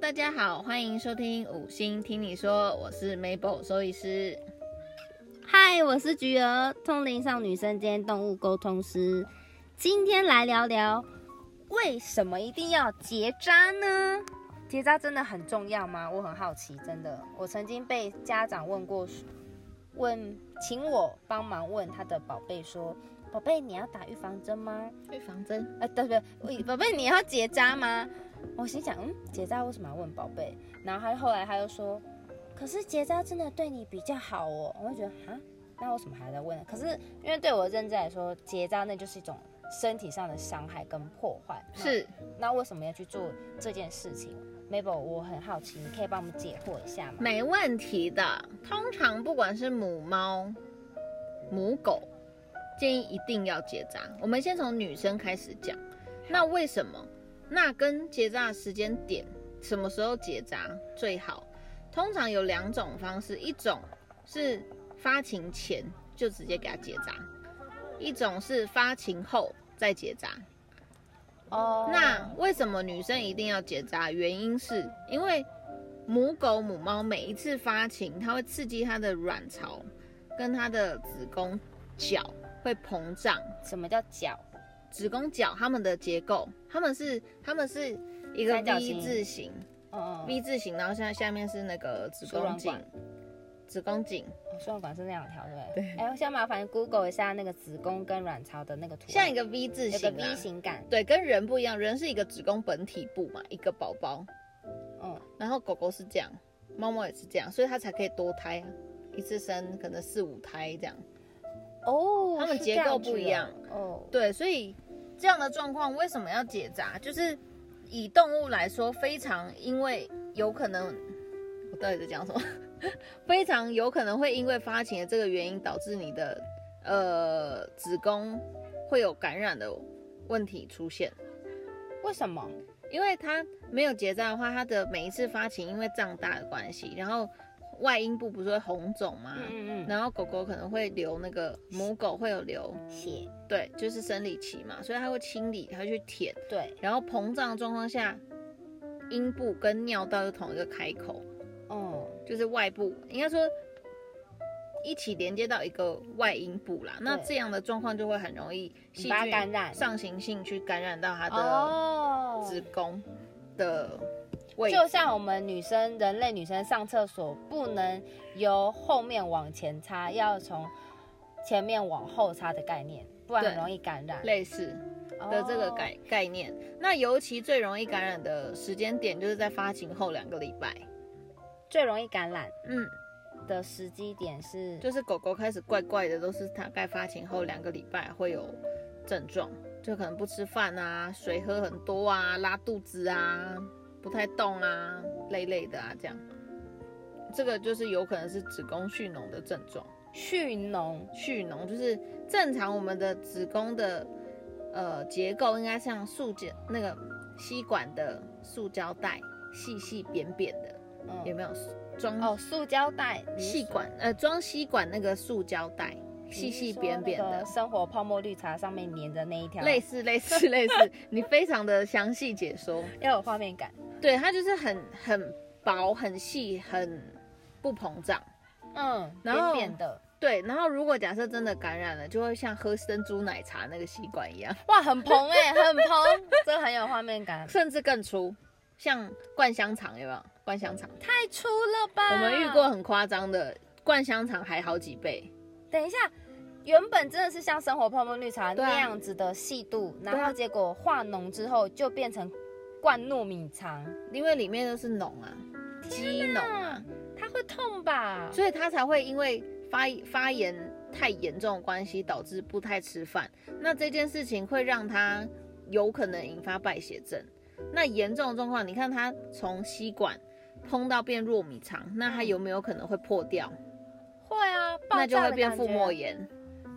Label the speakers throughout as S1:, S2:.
S1: 大家好，欢迎收听《五星听你说》，我是 Mabel 兽医师。
S2: 嗨，我是菊儿，通灵少女身兼动物沟通师。今天来聊聊为什么一定要结扎呢？结扎真的很重要吗？我很好奇，真的。我曾经被家长问过，问请我帮忙问他的宝贝说：“宝贝，你要打预防针吗？
S1: 预防针，
S2: 呃，对对，喂宝贝，你要结扎吗？”我心想，嗯，结扎为什么要问宝贝？然后他后来他又说，可是结扎真的对你比较好哦。我就觉得啊，那为什么还在问？可是因为对我的认知来说，结扎那就是一种身体上的伤害跟破坏。
S1: 是
S2: 那，那为什么要去做这件事情？Mabel，我很好奇，你可以帮我们解惑一下吗？
S1: 没问题的。通常不管是母猫、母狗，建议一定要结扎。我们先从女生开始讲，那为什么？那跟结扎的时间点，什么时候结扎最好？通常有两种方式，一种是发情前就直接给它结扎，一种是发情后再结扎。
S2: 哦
S1: 那为什么女生一定要结扎？原因是因为母狗、母猫每一次发情，它会刺激它的卵巢跟它的子宫角会膨胀，
S2: 什么叫脚？
S1: 子宫角它们的结构，它们是它们是一个
S2: 三角
S1: V
S2: 形
S1: 字形
S2: 嗯
S1: ，V 字形，然后现在下面是那个子
S2: 输
S1: 宫
S2: 卵
S1: 颈
S2: 管，
S1: 子宫颈。
S2: 哦输卵管是那两条，对不对？对。哎，我想麻烦 Google 一下那个子宫跟卵巢的那个图案，
S1: 像一个 V 字
S2: 有
S1: 形、
S2: 个
S1: 啊，
S2: V 型感，
S1: 对，跟人不一样，人是一个子宫本体部嘛，一个宝宝，
S2: 嗯，
S1: 然后狗狗是这样，猫猫也是这样，所以它才可以多胎啊，一次生可能四五胎这样。
S2: 哦，
S1: 它们
S2: 是
S1: 结
S2: 这
S1: 构
S2: 样
S1: 不
S2: 子
S1: 一样
S2: 哦，哦，
S1: 对，所以这样的状况为什么要结扎？就是以动物来说，非常因为有可能，我到底在讲什么？ 非常有可能会因为发情的这个原因，导致你的呃子宫会有感染的问题出现。
S2: 为什
S1: 啊
S2: 么？
S1: 因为它没有结扎的话，它的每一次发情因为胀大的关系，然后外阴部不是会红肿吗？
S2: 嗯嗯
S1: 然后狗狗可能会流那个母狗会有流，
S2: 嗯，血，
S1: 对，就是生理期嘛，所以它会清理，它会去舔，
S2: 对，
S1: 然后膨胀的状况下，阴部跟尿道是同一个开口，
S2: 哦，
S1: 就是外部应该说一起连接到一个外阴部啦。那
S2: 对
S1: 这样的状况就会很容易细
S2: 把它
S1: 菌
S2: 感染
S1: 上行性去感染到它的。
S2: 哦，
S1: 子宫的位置，
S2: 就像我们女生，人类女生上厕所不能由后面往前擦，要从前面往后擦的概念，不然
S1: 对
S2: 很容易感染哦
S1: 类似的这个概概念。那尤其最容易感染的时间点就是在发情后两个礼拜，
S2: 哦最容易感染
S1: 嗯，
S2: 的时机点是
S1: 就是狗狗开始怪怪的，都是大概发情后两个礼拜会有症状，就可能不吃饭啊，水喝很多啊，拉肚子啊，不太动啊，累累的啊，这样。这个就是有可能是子宫蓄脓的症状。
S2: 蓄脓，
S1: 蓄脓，就是正常我们的子宫的呃结构应该像塑胶那个吸管的塑胶袋，细细扁扁的，有
S2: 嗯，
S1: 没有装、
S2: 哦，塑胶袋，你是
S1: 细管？呃，装吸管那个塑胶袋，细
S2: 你是
S1: 细
S2: 说
S1: 扁
S2: 那
S1: 扁
S2: 个
S1: 的，
S2: 生活泡沫绿茶上面粘的那一条，
S1: 类 似类似类似，你非常的详细解说，
S2: 要有画面感。
S1: 对，它就是很很薄、很细、很不膨胀。
S2: 嗯，
S1: 然后
S2: 扁扁的，
S1: 对，然后如果假设真的感染了，就会像喝珍珠奶茶那个吸管一样，
S2: 哇，很蓬
S1: 欸
S2: 哎、很蓬，这很有画面感，
S1: 甚至更粗，像灌香肠有没有？灌香肠，
S2: 太粗了吧？
S1: 我们遇过。很夸张的，灌香肠还好几倍。
S2: 等一下，原本真的是像生活泡沫绿茶
S1: 对啊
S2: 那样子的细度，
S1: 啊
S2: 然后结果化脓之后就变成灌糯米肠，
S1: 因为里面都是脓啊，鸡脓啊，
S2: 它会痛吧？
S1: 所以它才会因为发发炎太严重的关系，导致不太吃饭。那这件事情会让它有可能引发败血症。那严重的状况，你看它从吸管碰到变糯米肠，那它有没有可能会破掉？
S2: 会啊，嗯爆
S1: 那就
S2: 炸
S1: 会
S2: 的
S1: 变
S2: 感
S1: 腹
S2: 觉
S1: 膜。炎。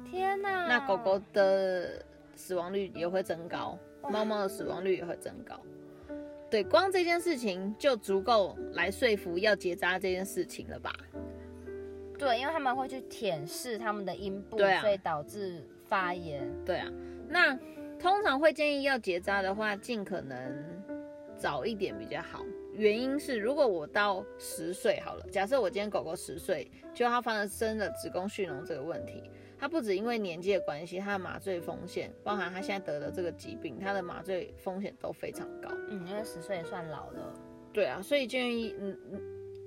S2: 天哪、
S1: 那狗狗的死亡率也会增高，
S2: 嗯
S1: 猫猫的死亡率也会增高。对，光这件事情就足够来说服要结扎这件事情了吧？
S2: 对，因为他们会去舔舐他们的阴部，
S1: 对啊
S2: 所以导致发炎。
S1: 对啊，那通常会建议要结扎的话，尽可能早一点比较好。原因是，如果我到十岁好了，假设我今天狗狗十岁，就它发生了子宫蓄脓这个问题，它不止因为年纪的关系，它的麻醉风险，包含它现在得的这个疾病，它的麻醉风险都非常高。
S2: 嗯，因为十岁也算老了。
S1: 对啊，所以建议，嗯，嗯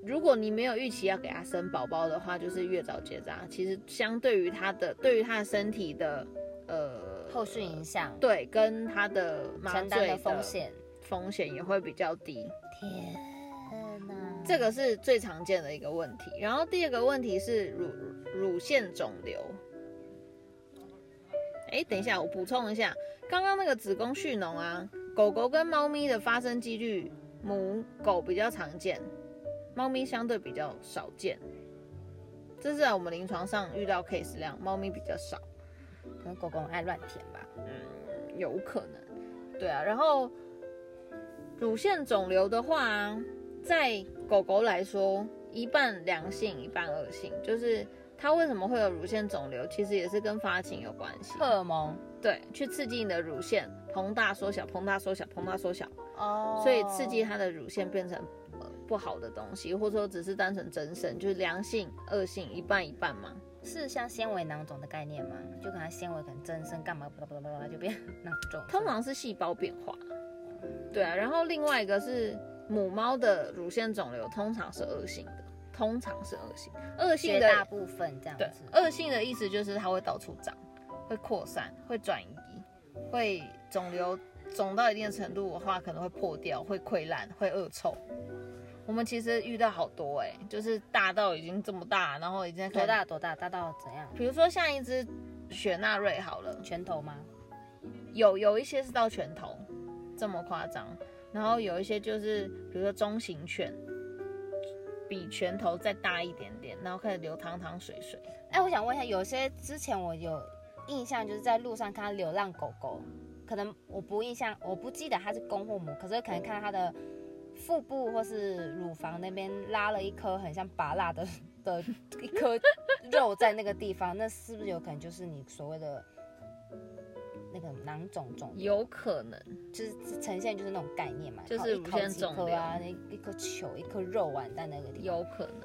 S1: 如果你没有预期要给它生宝宝的话，就是越早结扎，其实相对于它的，对于它的身体的，呃，
S2: 后续影响，
S1: 对，跟它的麻
S2: 承担
S1: 醉
S2: 的风险。
S1: 风险也会比较低。
S2: 天哪，
S1: 这个是最常见的一个问题。然后第二个问题是乳乳腺肿瘤。哎，等一下，我补充一下，刚刚那个子宫蓄脓啊，狗狗跟猫咪的发生几率，母狗比较常见，猫咪相对比较少见。这是在我们临床上遇到 case 量，猫咪比较少。
S2: 可能狗狗很爱乱舔吧。
S1: 有可能，对啊。然后乳腺肿瘤的话、在狗狗来说，一半良性，一半恶性，就是它为什么会有乳腺肿瘤，其实也是跟发情有关系。呃
S2: 荷尔蒙
S1: 对，去刺激你的乳腺膨大缩小，膨大缩小，膨大缩小，
S2: 哦
S1: 所以刺激它的乳腺变成。呃不好的东西，或者说只是单纯增生，就是良性、恶性一半一半嘛。
S2: 是像纤维囊肿的概念吗？就可能它纤维可能增生干嘛，巴拉巴拉巴拉就变 囊肿。
S1: 通常是细胞变化。对啊，然后另外一个是母猫的乳腺肿瘤，通常是恶性的，通常是恶性。恶性
S2: 绝
S1: 的
S2: 大部分这样
S1: 对
S2: 子，。
S1: 恶性的意思就是它会到处长，会扩散，会转移，会肿瘤肿到一定的程度的话，可能会破掉，会溃烂，会恶臭。我们其实遇到好多哎、就是大到已经这么大，然后已经
S2: 多？大多大？大到怎样？
S1: 比如说像一只雪纳瑞好了，
S2: 拳头吗？
S1: 有有一些是到拳头这么夸张，然后有一些就是比如说中型犬，比拳头再大一点点，然后开始流汤汤水水。
S2: 哎，我想问一下，有些之前我有印象，就是在路上看到流浪狗狗，可能我不印象，我不记得它是公或母，可是可能看到它的腹部或是乳房那边拉了一颗很像拔蜡的的一颗肉在那个地方，那是不是有可能就是你所谓的那个囊肿肿瘤？
S1: 有可能，
S2: 就是呈现就是那种概念嘛，
S1: 就是
S2: 一
S1: 乳
S2: 口
S1: 腺
S2: 几
S1: 肿
S2: 颗
S1: 瘤
S2: 啊，那一颗球一颗肉丸在那个地方，
S1: 有可能。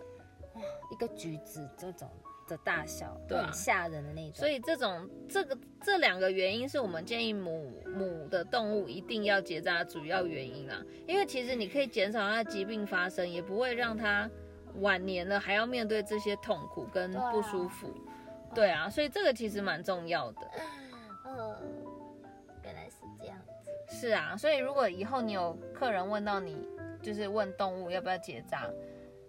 S2: 一个橘子这种的大小，
S1: 对啊
S2: 很吓人的那种。
S1: 所以这种这个这两个原因是我们建议母母的动物一定要结扎的主要原因啦。因为其实你可以减少它的疾病发生，也不会让它晚年了还要面对这些痛苦跟
S2: 对啊
S1: 不舒服。对啊，所以这个其实蛮重要的。
S2: 呃，原来是这样。
S1: 是啊，所以如果以后你有客人问到你，就是问动物要不要结扎，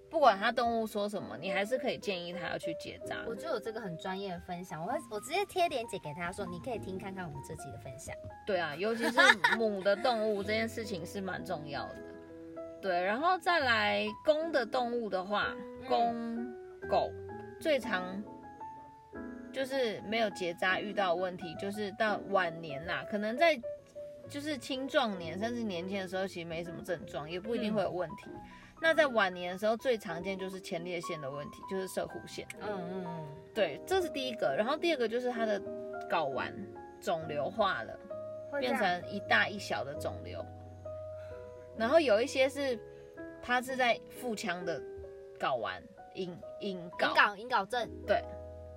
S1: 不管他动物说什么，你还是可以建议他要去结扎。
S2: 我就有这个很专业的分享，我会我直接贴链接给他说，你可以听看看我们这集的分享。
S1: 对啊，尤其是母的动物这件事情是蛮重要的。对，然后再来公的动物的话，
S2: 嗯
S1: 嗯公狗最常就是没有结扎遇到的问题，就是到晚年啦，可能在就是青壮年甚至年轻的时候，其实没什么症状，也不一定会有问题。那在晚年的时候，最常见就是前列腺的问题，就是射护腺。
S2: 嗯嗯
S1: 对，这是第一个。然后第二个就是它的睾丸肿瘤化了。
S2: 嗯，会这
S1: 变
S2: 样
S1: 成一大一小的肿瘤，然后有一些是它是在腹腔的睾丸引引
S2: 引
S1: 睾，
S2: 睾引睾症，
S1: 对，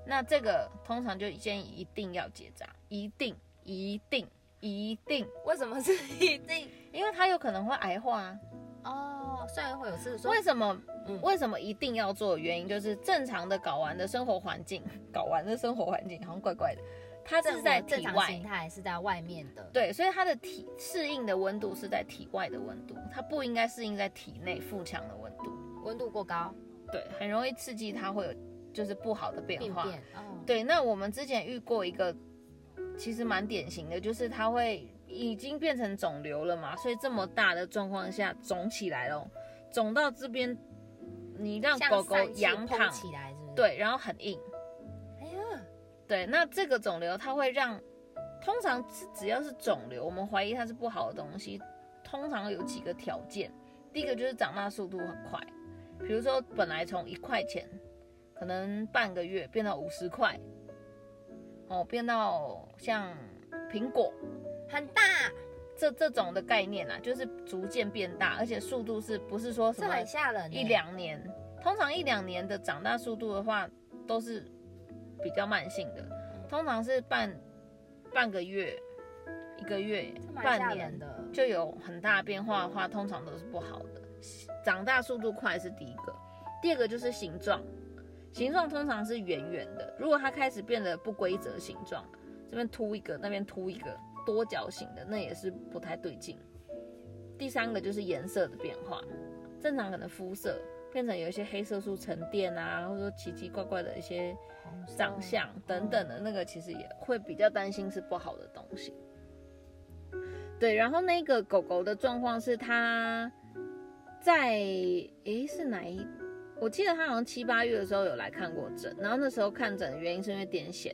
S1: 那这个通常就建议一定要结扎，一定一定一定，
S2: 为什么是一 定？
S1: 因为它有可能会癌化啊。
S2: 哦，虽然会有次说
S1: 为什么
S2: 嗯
S1: 为什么一定要做？原因就是正常的睾丸的生活环境， 睾丸的生活环境好像怪怪的，它是在
S2: 正
S1: 体
S2: 常
S1: 外
S2: 形。态是在外面的，
S1: 对，所以它的体适应的温度是在体外的温度，它不应该适应在体内腹腔的温度。
S2: 温度过高
S1: 对，很容易刺激它会有就是不好的变
S2: 病
S1: 化。
S2: 变。哦，
S1: 对，那我们之前遇过一个，其实蛮典型的，就是它会已经变成肿瘤了嘛，所以这么大的状况下肿起来了，肿到这边，你让
S2: 像
S1: 狗狗
S2: 疝气
S1: 仰
S2: 膨
S1: 躺，
S2: 起来，是不是？，
S1: 对，然后很硬。
S2: 哎呀，
S1: 对，那这个肿瘤它会让，通常是只要是肿瘤，我们怀疑它是不好的东西，通常有几个条件。第一个就是长大速度很快，比如说本来从一块钱，可能半个月变到五十块，哦，变到像苹果
S2: 很大，
S1: 这这种的概念啊，就是逐渐变大，而且速度是不是说什
S2: 这
S1: 么
S2: 很吓人欸、
S1: 一两年？通常一两年的长大速度的话，都是比较慢性的，通常是半半个月、一个月
S2: 这、蛮
S1: 半
S2: 吓
S1: 年
S2: 人的，
S1: 就有很大变化的话，通常都是不好的。长大速度快是第一个，第二个就是形状，形状通常是圆圆的，如果它开始变得不规则形状，这边凸一个，那边凸一个，多角形的那也是不太对劲。第三个就是颜色的变化，正常可能肤色变成有一些黑色素沉淀啊，或者说奇奇怪怪的一些长
S2: 哦
S1: 相
S2: 嗯
S1: 等等的那个，其实也会比较担心是不好的东西。对，然后那个狗狗的状况是它在诶是哪一？我记得它好像七八月的时候有来看过诊，然后那时候看诊的原因是因为癫痫，
S2: 才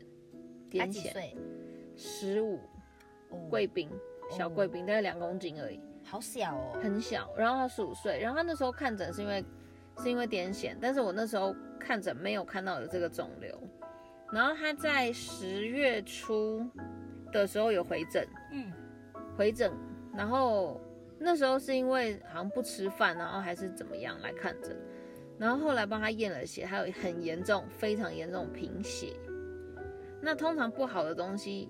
S1: 癫
S2: 哎几
S1: 痫
S2: 岁？
S1: 十五
S2: 哦
S1: 贵宾小贵宾，大概两公斤而已，
S2: 好小哦，
S1: 很小。然后他十五岁，然后他那时候看诊是因为是因为癫痫，但是我那时候看诊没有看到有这个肿瘤。然后他在十月初的时候有回诊，
S2: 嗯，
S1: 回诊，然后那时候是因为好像不吃饭，然后还是怎么样来看诊，然后后来帮他验了血，还有很严重、非常严重的贫血。那通常不好的东西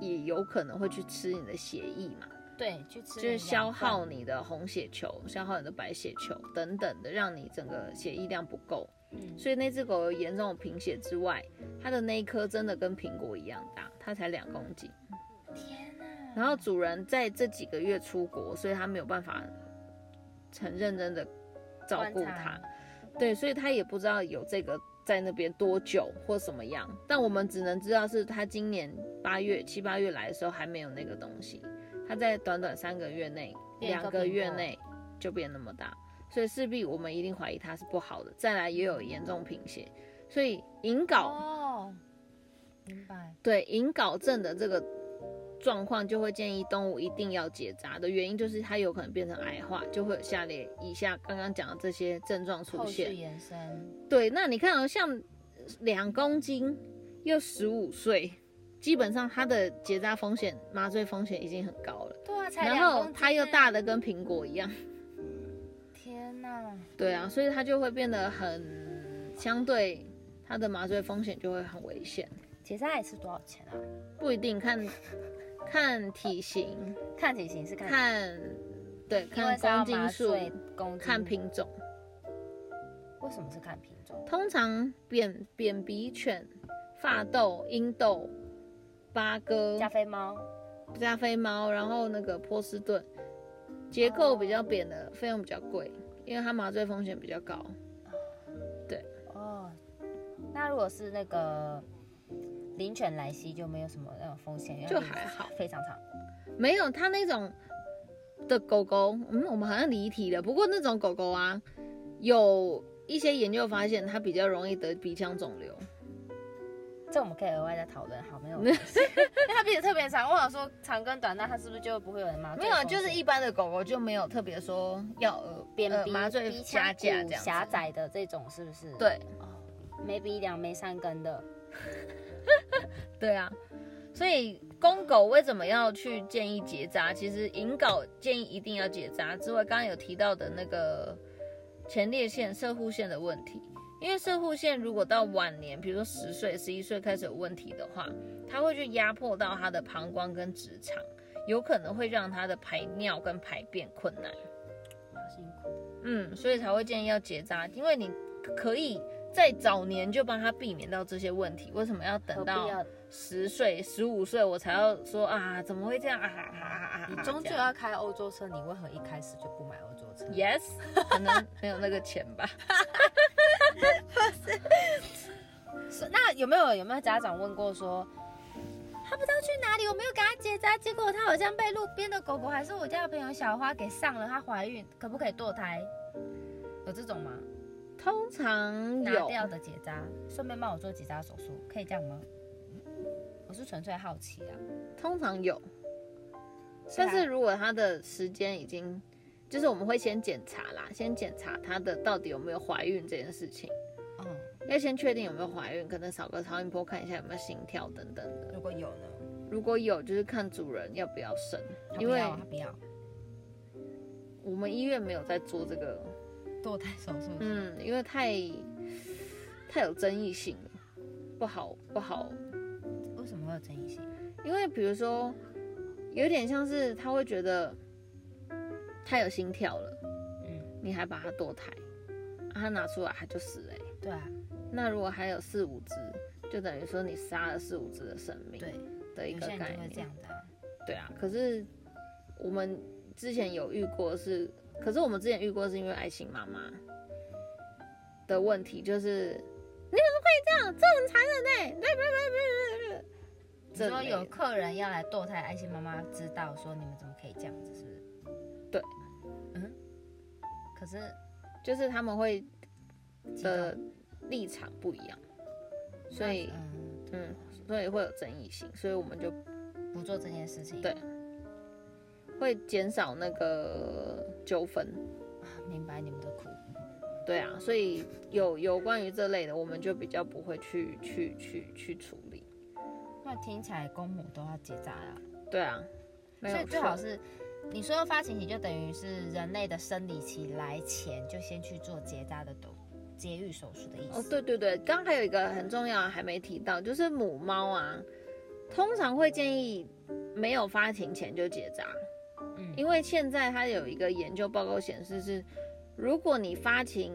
S1: 也有可能会去吃你的血液嘛，
S2: 对，去吃
S1: 就是
S2: 营养
S1: 消耗
S2: 饭，
S1: 你的红血球、消耗你的白血球等等的，让你整个血液量不够。
S2: 嗯，
S1: 所以那只狗有严重的贫血之外，它的那一颗真的跟苹果一样大，它才两公斤。
S2: 天哪，
S1: 然后主人在这几个月出国，所以他没有办法很认真的照顾
S2: 观
S1: 它
S2: 察，
S1: 对，所以他也不知道有这个在那边多久或什么样。但我们只能知道是他今年八月七八月来的时候还没有那个东西，他在短短三个月内，
S2: 变一个
S1: 两个月内就变那么大，所以势必我们一定怀疑它是不好的。再来也有严重贫血，所以引睾
S2: 哦，明白，
S1: 对引睾症的这个状况，就会建议动物一定要结扎的原因，就是它有可能变成癌化，就会有下列以下刚刚讲的这些症状出
S2: 后续
S1: 现。
S2: 延伸，
S1: 对，那你看、哦，像两公斤又十五岁，基本上它的结扎风险、麻醉风险已经很高了。
S2: 对啊，才
S1: 然
S2: 两公
S1: 后
S2: 斤
S1: 它又
S2: 欸，
S1: 大的跟苹果一样，
S2: 天哪，
S1: 对啊，所以它就会变得很相对，它的麻醉风险就会很危险。
S2: 结扎一次多少钱啊？
S1: 不一定看看体型，
S2: 看体型是看
S1: 看，对，
S2: 因为
S1: 看
S2: 是要
S1: 公
S2: 麻
S1: 斤数，
S2: 醉嗯公斤
S1: 看，品种。
S2: 为什么是看品种？
S1: 通常扁扁鼻犬、发豆、英豆、八哥、
S2: 加菲猫
S1: 加菲猫，然后那个波士顿，结构比较扁的，费用比较贵，因为它麻醉风险比较高。
S2: 哦，那如果是那个灵犬莱西就没有什么那种风险，因为
S1: 就
S2: 它
S1: 还好
S2: 非常长。
S1: 没有，它那种的狗狗，嗯，我们好像离题了。不过那种狗狗啊，有一些研究发现，它比较容易得鼻腔肿瘤。
S2: 这我们可以额外再讨论，好 没有关系？因为它鼻子特别长，我想说长跟短，那它是不是就不会有人麻醉
S1: 没
S2: 风
S1: 有，
S2: 险？
S1: 就是一般的狗狗就没有特别说要呃
S2: 扁
S1: 呃
S2: 鼻、
S1: 麻醉
S2: 鼻
S1: 加价
S2: 腔骨
S1: 这样子
S2: 狭。窄的这种是不是？
S1: 对
S2: 哦，没鼻梁、没三根的，
S1: 对啊，所以公狗为什么要去建议结扎？其实引睾建议一定要结扎之外，刚刚有提到的那个前列腺、射护腺的问题。因为射护腺如果到晚年，比如说十岁、十一岁开始有问题的话，它会去压迫到它的膀胱跟直肠，有可能会让它的排尿跟排便困难。
S2: 好辛苦。
S1: 嗯，所以才会建议要结扎，因为你可以在早年就帮他避免到这些问题。为什么要
S2: 何
S1: 等
S2: 必
S1: 到
S2: 要？
S1: 十岁、十五岁我才要说啊？怎么会这样啊？啊啊啊啊
S2: 你终究
S1: 这样
S2: 要开欧洲车，你为何一开始就不买欧洲车？
S1: yes，可 能没有那个钱吧。
S2: 是那有没有有没有家长问过说，他不知道去哪里，我没有给他结扎，结果他好像被路边的狗狗还是我家的朋友小花给上了，她怀孕，可不可以堕胎？有这种吗？
S1: 通常
S2: 拿
S1: 有
S2: 掉的结扎，顺便帮我做结扎手术，可以这样吗？嗯我是纯粹好奇啊，
S1: 通常有，
S2: 是啊
S1: 但是如果他的时间已经，就是我们会先检查啦，先检查他的到底有没有怀孕这件事情，
S2: 嗯，
S1: 要先确定有没有怀孕，可能扫个超音波看一下有没有心跳等等的。
S2: 如果有呢？
S1: 如果有，就是看主人要不要啊生，
S2: 他不
S1: 因为
S2: 要啊他不要
S1: 我们医院没有在做这个，
S2: 堕胎手术，嗯，
S1: 嗯，因为太太有争议性了，不好不好
S2: 为什么会有争议性？
S1: 因为比如说，有点像是他会觉得他有心跳了，
S2: 嗯
S1: 你还把它堕胎，啊他拿出来他就死了欸、
S2: 对啊，
S1: 那如果还有四五只，就等于说你杀了四五只的生命
S2: 对，
S1: 的一
S2: 有
S1: 个
S2: 些人
S1: 概
S2: 就会这
S1: 念。
S2: 样子啊，
S1: 对啊，可是我们之前有遇过是，可是我们之前遇过是因为爱情妈妈的问题，就是你怎么可以这样，这很残忍哎、欸！对不对不对不对不对
S2: 你
S1: 这
S2: 说
S1: 类
S2: 有
S1: 的
S2: 客人要来堕胎，爱心妈妈知道说你们怎么可以这样子，是不是？
S1: 对，
S2: 嗯，可是
S1: 就是他们会
S2: 激动
S1: 的立场不一样，所以
S2: 嗯，
S1: 嗯，所以会有争议性，所以我们就
S2: 不做这件事情，
S1: 对会减少那个纠纷。
S2: 啊， 明白你们的苦，
S1: 对啊，所以有有关于这类的，我们就比较不会去去去去处理。
S2: 那听起来公母都要结扎了，
S1: 对啊，没有
S2: 所以最好
S1: 错
S2: 是。你说发情期就等于是人类的生理期来前就先去做结扎的手节育手术的意
S1: 哦，
S2: 思。
S1: 对对对，刚刚还有一个很重要的还没提到，就是母猫啊，通常会建议没有发情前就结扎。
S2: 嗯，
S1: 因为现在它有一个研究报告显示是，如果你发情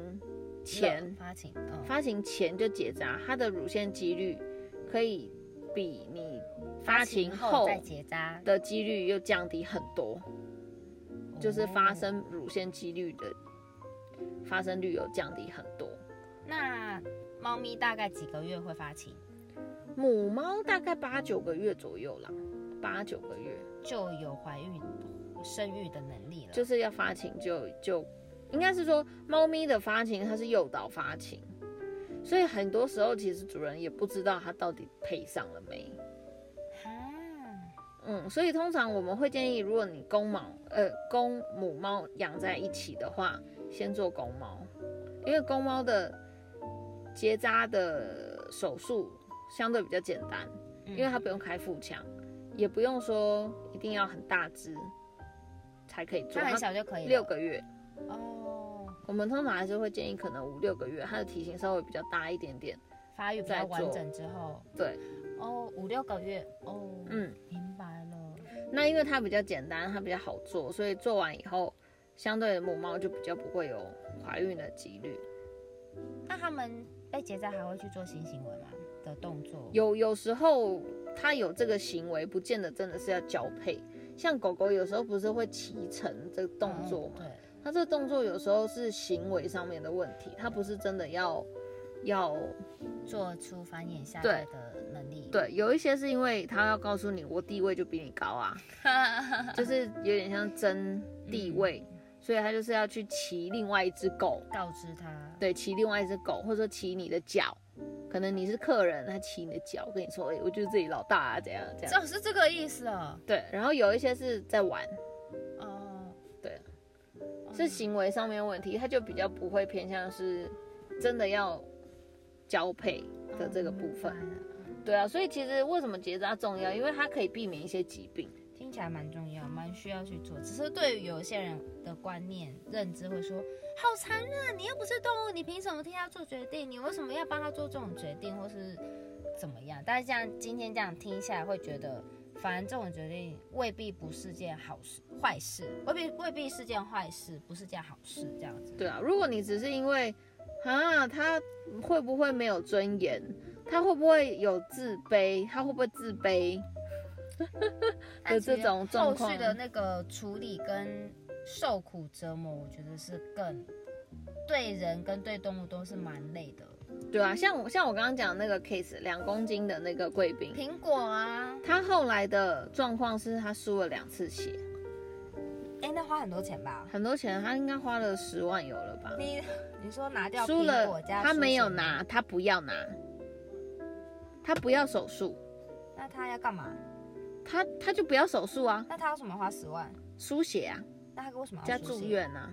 S1: 前
S2: 发情，嗯，
S1: 发情前就结扎，它的乳腺几率可以比你发情后
S2: 再结扎，
S1: 的几率又降低很多，就是
S2: 哦
S1: 发生乳腺几率的发生率有降低很多。
S2: 哦。那猫咪大概几个月会发情，
S1: 母猫大概八九个月左右啦，八九个月
S2: 就有怀孕生育的能力了。
S1: 就是要发情就就，应该是说猫咪的发情它是诱导发情，所以很多时候其实主人也不知道它到底配上了没。
S2: 啊，
S1: 嗯，所以通常我们会建议，如果你公猫呃公母猫养在一起的话，先做公猫，因为公猫的结扎的手术相对比较简单，
S2: 嗯
S1: 因为它不用开腹腔，也不用说一定要很大只才可以做，
S2: 它很
S1: 它
S2: 小就可以了
S1: 六个月。
S2: 哦，
S1: 我们通常还是会建议，可能五六个月，它的体型稍微比较大一点嗯点。
S2: 发育比
S1: 再
S2: 较
S1: 做
S2: 完整之后，
S1: 对，
S2: 哦，五六个月，哦，
S1: 嗯，
S2: 明白了。
S1: 那因为它比较简单，它比较好做，所以做完以后，相对的母猫就比较不会有怀孕的几率。
S2: 那他们被结扎还会去做性行为吗？的动作？
S1: 有有时候它有这个行为，不见得真的是要交配。像狗狗有时候不是会骑乘这个动作嘛？
S2: 嗯对，
S1: 它这个动作有时候是行为上面的问题，它不是真的要要
S2: 做出繁衍下代
S1: 对
S2: 的能力。
S1: 对， 有一些是因为他要告诉你我地位就比你高啊，就是有点像争地位，所以他就是要去骑另外一只狗，
S2: 告知他，
S1: 对，骑另外一只狗，或者说骑你的脚，可能你是客人，他骑你的脚，跟你说，哎、我就是自己老大啊，怎样怎样，
S2: 哦，是这个意思哦。
S1: 对，然后有一些是在玩，
S2: 哦，
S1: 对，啊
S2: 哦
S1: 是行为上面问题，他就比较不会偏向是真的要交配的这个部分，
S2: 哦明
S1: 对啊，所以其实为什么结扎重要，因为它可以避免一些疾病。
S2: 白了听起来蛮重要，蛮需要去做。只是对于有些人的观念认知会说，好残忍，你又不是动物，你凭什么替他做决定？你为什么要帮他做这种决定，或是怎么样？但是这样今天这样听下来，会觉得。反正这种决定未必不是件好事，坏事未必未必是件坏事，不是件好事，这样子。
S1: 对啊，如果你只是因为啊，他会不会没有尊严？他会不会有自卑？他会不会自卑？
S2: 但其实
S1: 这种状
S2: 后
S1: 况
S2: 续的那个处理跟受苦折磨，我觉得是更对人跟对动物都是蛮累的。
S1: 对啊，像我像我刚刚讲的那个 case，两公斤的那个贵宾，
S2: 苹果啊，
S1: 他后来的状况是他输了两次血，
S2: 哎、那花很多钱吧？
S1: 很多钱，他应该花了十万有了吧？
S2: 你你说拿掉
S1: 输
S2: 苹
S1: 了
S2: 果加
S1: 他没有
S2: 蔬菜
S1: 拿，，他不要拿，他不要手术，
S2: 那他要干嘛？
S1: 他他就不要手术啊，
S2: 那他为什么花十万？
S1: 输血啊，
S2: 那他为什么要
S1: 加
S2: 输
S1: 住
S2: 血？
S1: 院啊，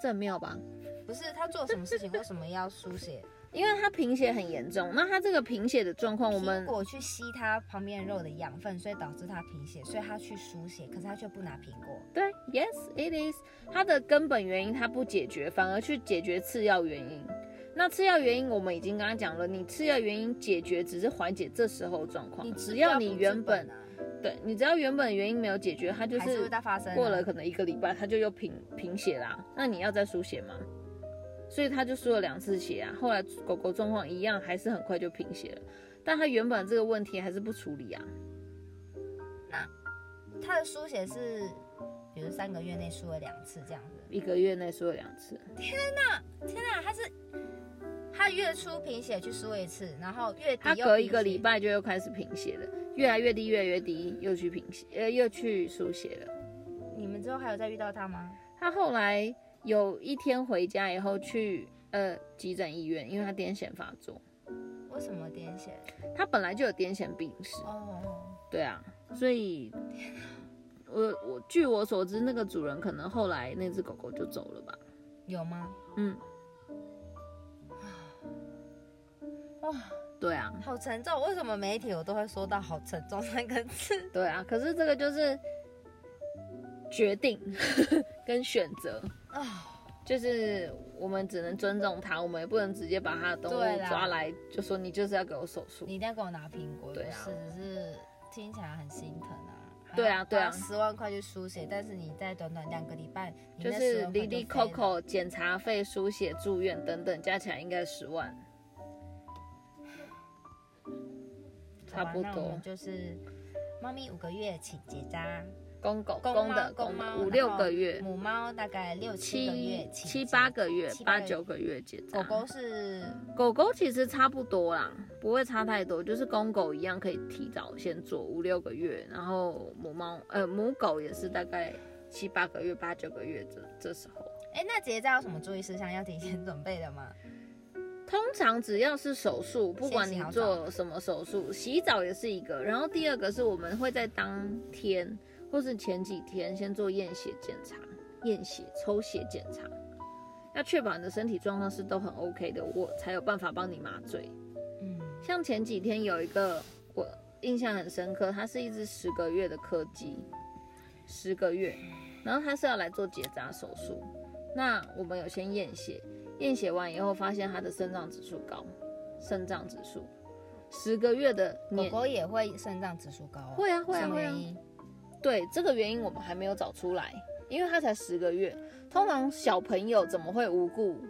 S1: 这很妙吧？
S2: 不是他做什么事情，为什么要输血？
S1: 因为它贫血很严重。那它这个贫血的状况，我们
S2: 苹果去吸它旁边肉的养分，所以导致它贫血，所以它去输血，可是它却不拿苹果。
S1: 对，yes it is，它的根本原因它不解决，反而去解决次要原因。那次要原因我们已经刚刚讲了，你次要原因解决只是缓解这时候的状况，只要你原本
S2: 啊，
S1: 对你只要原本原因没有解决，它就
S2: 还是
S1: 是
S2: 会再发生啊。
S1: 过了可能一个礼拜，他就又贫贫血啦。那你要再输血吗？所以他就输了两次血啊。后来狗狗状况一样，还是很快就贫血了。但他原本这个问题还是不处理啊。
S2: 它的输血是，比如三个月内输了两次这样子。
S1: 一个月内输了两次，
S2: 天哪，它是它月初贫血去输一次，然后月底
S1: 他
S2: 又
S1: 隔一
S2: 贫
S1: 个
S2: 血
S1: 礼，拜就又开始贫血了，越来越低，越来越低，又去贫血，呃，又去输血了。
S2: 你们之后还有再遇到它吗？
S1: 他后来有一天回家以后去呃急诊医院，因为他癫痫发作，
S2: 为什么癫痫？
S1: 他本来就有癫痫病史，
S2: 哦，
S1: 对啊，所以我我据我所知，那个主人可能后来那只狗狗就走了吧。
S2: 有吗？
S1: 嗯，
S2: 哇，
S1: 对啊，
S2: 好沉重！为什么媒体我都会说到“好沉重”三个 字？
S1: 对啊。可是这个就是决定 跟选择，
S2: 啊、
S1: 就是我们只能尊重它，我们也不能直接把它的动
S2: 对
S1: 物
S2: 啦
S1: 抓来就说你就是要给我手术。
S2: 你一定要给我拿苹果，
S1: 对
S2: 不
S1: 啊
S2: 是，只是听起来很心疼啊。
S1: 对啊对啊
S2: 十万块去输血，但是你在短短两个礼拜，你
S1: 就
S2: 那
S1: 是
S2: 10万块
S1: 离离
S2: 飞了
S1: Coco 检查费、输血、住院等等，加起来应该十万，
S2: 好
S1: 差
S2: 吧
S1: 不
S2: 那我
S1: 多
S2: 们。就是猫咪五个月请结扎，
S1: 公狗
S2: 公
S1: 公
S2: 猫
S1: 的
S2: 公
S1: 公的
S2: 猫
S1: 五
S2: 然
S1: 六
S2: 后
S1: 个月，
S2: 母猫大概六七个月
S1: 七
S2: 请
S1: 七
S2: 结
S1: 八个月
S2: 七、
S1: 八
S2: 八个月
S1: 九个月结扎。
S2: 狗狗是
S1: 狗狗其实差不多啦，不会差太多，就是公狗一样可以提早先做五六个月，然后母猫呃母狗也是大概七八个月、八九个月这这时候。
S2: 哎，那结扎有什么注意事项要提前准备的吗？
S1: 通常只要是手术，不管
S2: 先
S1: 你
S2: 洗好澡
S1: 做什么手术，洗澡也是一个。然后第二个是我们会在当天或是前几天先做验血检查、验血抽血检查，要确保你的身体状况是都很 OK 的，我才有办法帮你麻醉。
S2: 嗯，
S1: 像前几天有一个我印象很深刻，它是一只十个月的柯基，十个月，然后它是要来做结扎手术。那我们有先验血，验血完以后发现它的生长指数高，生长指数十个月的
S2: 狗
S1: 年
S2: 狗也会肾脏指数高啊、
S1: 会啊会
S2: 什
S1: 啊
S2: 么
S1: 会
S2: 原
S1: 啊，
S2: 因？
S1: 对这个原因我们还没有找出来，因为它才十个月。通常小朋友怎么会无故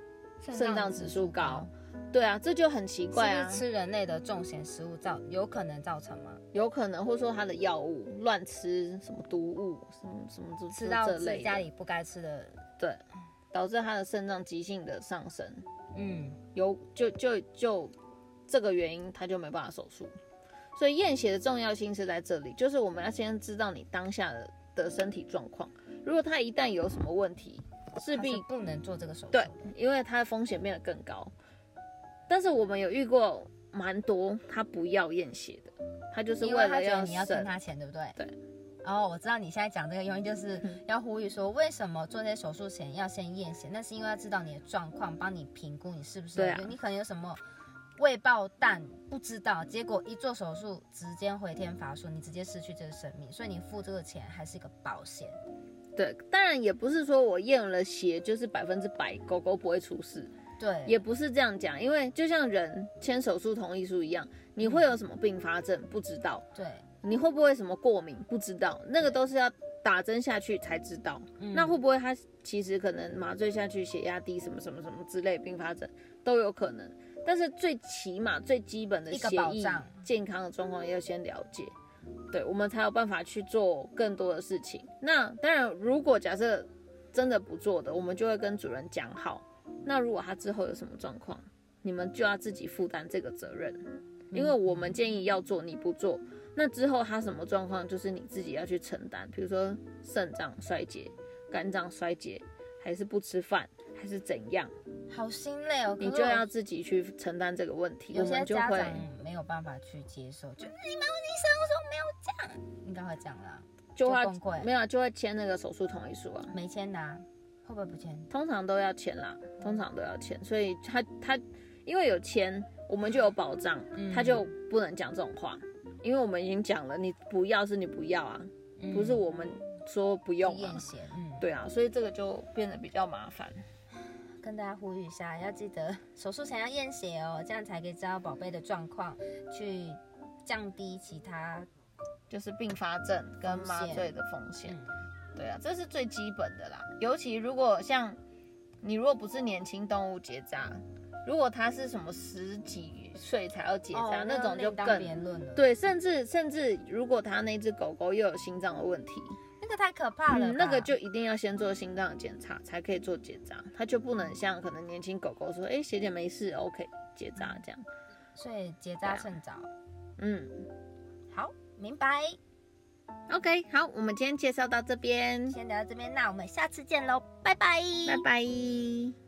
S1: 肾脏指数高？对啊，这就很奇怪
S2: 是
S1: 啊。
S2: 不是吃人类的重咸食物造有可能造成吗？
S1: 有可能，或者说他的药物乱吃，什么毒物，什么什么这
S2: 吃到
S1: 这
S2: 自
S1: 类
S2: 己
S1: 的
S2: 家里不该吃的，
S1: 对，导致他的肾脏急性的上升，
S2: 嗯，
S1: 有就就就这个原因，他就没办法手术。所以验血的重要性是在这里，就是我们要先知道你当下的的身体状况，如果他一旦有什么问题，势
S2: 它
S1: 必
S2: 是不能做这个手术。
S1: 对，因为它的风险变得更高。但是我们有遇过蛮多他不要验血的，他就是
S2: 因为他
S1: 了
S2: 觉得
S1: 要
S2: 你要
S1: 省
S2: 骗他钱，对不对？
S1: 对。嗯
S2: 然后我知道你现在讲这个原因，就是要呼吁说，为什么做这些手术前要先验血？那是因为要知道你的状况，帮你评估你是不是有
S1: 对啊
S2: 病你可能有什么未爆弹不知道，结果一做手术直接回天乏术，你直接失去这个生命，所以你付这个钱还是一个保险。
S1: 对，当然也不是说我验了血就是百分之百狗狗不会出事，
S2: 对，
S1: 也不是这样讲，因为就像人签手术同意书一样，你会有什么并发症不知道，
S2: 对，
S1: 你会不会什么过敏不知道，那个都是要打针下去才知道。
S2: 嗯
S1: 那会不会他其实可能麻醉下去血压低什么什么什么之类并发症都有可能，但是最起码最基本的
S2: 一个
S1: 协
S2: 保
S1: 议
S2: 障
S1: 健康的状况要先了解。对，我们才有办法去做更多的事情。那当然，如果假设真的不做的，我们就会跟主人讲好。那如果他之后有什么状况，你们就要自己负担这个责任，
S2: 嗯
S1: 因为我们建议要做，你不做，那之后他什么状况，就是你自己要去承担。比如说肾脏衰竭、肝脏衰竭，还是不吃饭，还是怎样，
S2: 好心累哦。
S1: 你
S2: 可
S1: 就是
S2: 我
S1: 要自己去承担这个问题。
S2: 有
S1: 我
S2: 些
S1: 们就
S2: 家
S1: 会
S2: 长没有办法去接受，就你们医生为什么没有讲？应该会这样啦，
S1: 就
S2: 就
S1: 会
S2: 崩溃
S1: 没有啊就会签那个手术同意书啊。
S2: 没签的、啊、会不会不签？
S1: 通常都要签啦，通常都要签，所以他他因为有钱，我们就有保障，
S2: 嗯
S1: 他就不能讲这种话，因为我们已经讲了，你不要是你不要啊，不是我们说不用啊
S2: 嗯验，血，嗯，
S1: 对啊，所以这个就变得比较麻烦。
S2: 跟大家呼吁一下，要记得手术前要验血哦，这样才可以知道宝贝的状况，去降低其他。
S1: 就是并发症跟
S2: 风
S1: 麻
S2: 险
S1: 醉的风险。
S2: 嗯
S1: 对啊，这是最基本的啦。尤其如果像你如果不是年轻动物结扎，如果它是什么十几岁才要结扎、
S2: 哦
S1: 那种，就
S2: 另当别
S1: 更
S2: 论了。，
S1: 对，甚至甚至如果它那只狗狗又有心脏的问题，
S2: 那个太可怕了吧、
S1: 嗯，那个就一定要先做心脏检查才可以做结扎，它就不能像可能年轻狗狗说，哎、血检没事，OK 结扎这样。
S2: 所以结
S1: 啊
S2: 扎趁早。
S1: 嗯
S2: 好，明白。
S1: ，OK，好，我们今天介绍到这边，
S2: 先聊到这边，那我们下次见喽，拜拜，
S1: 拜拜。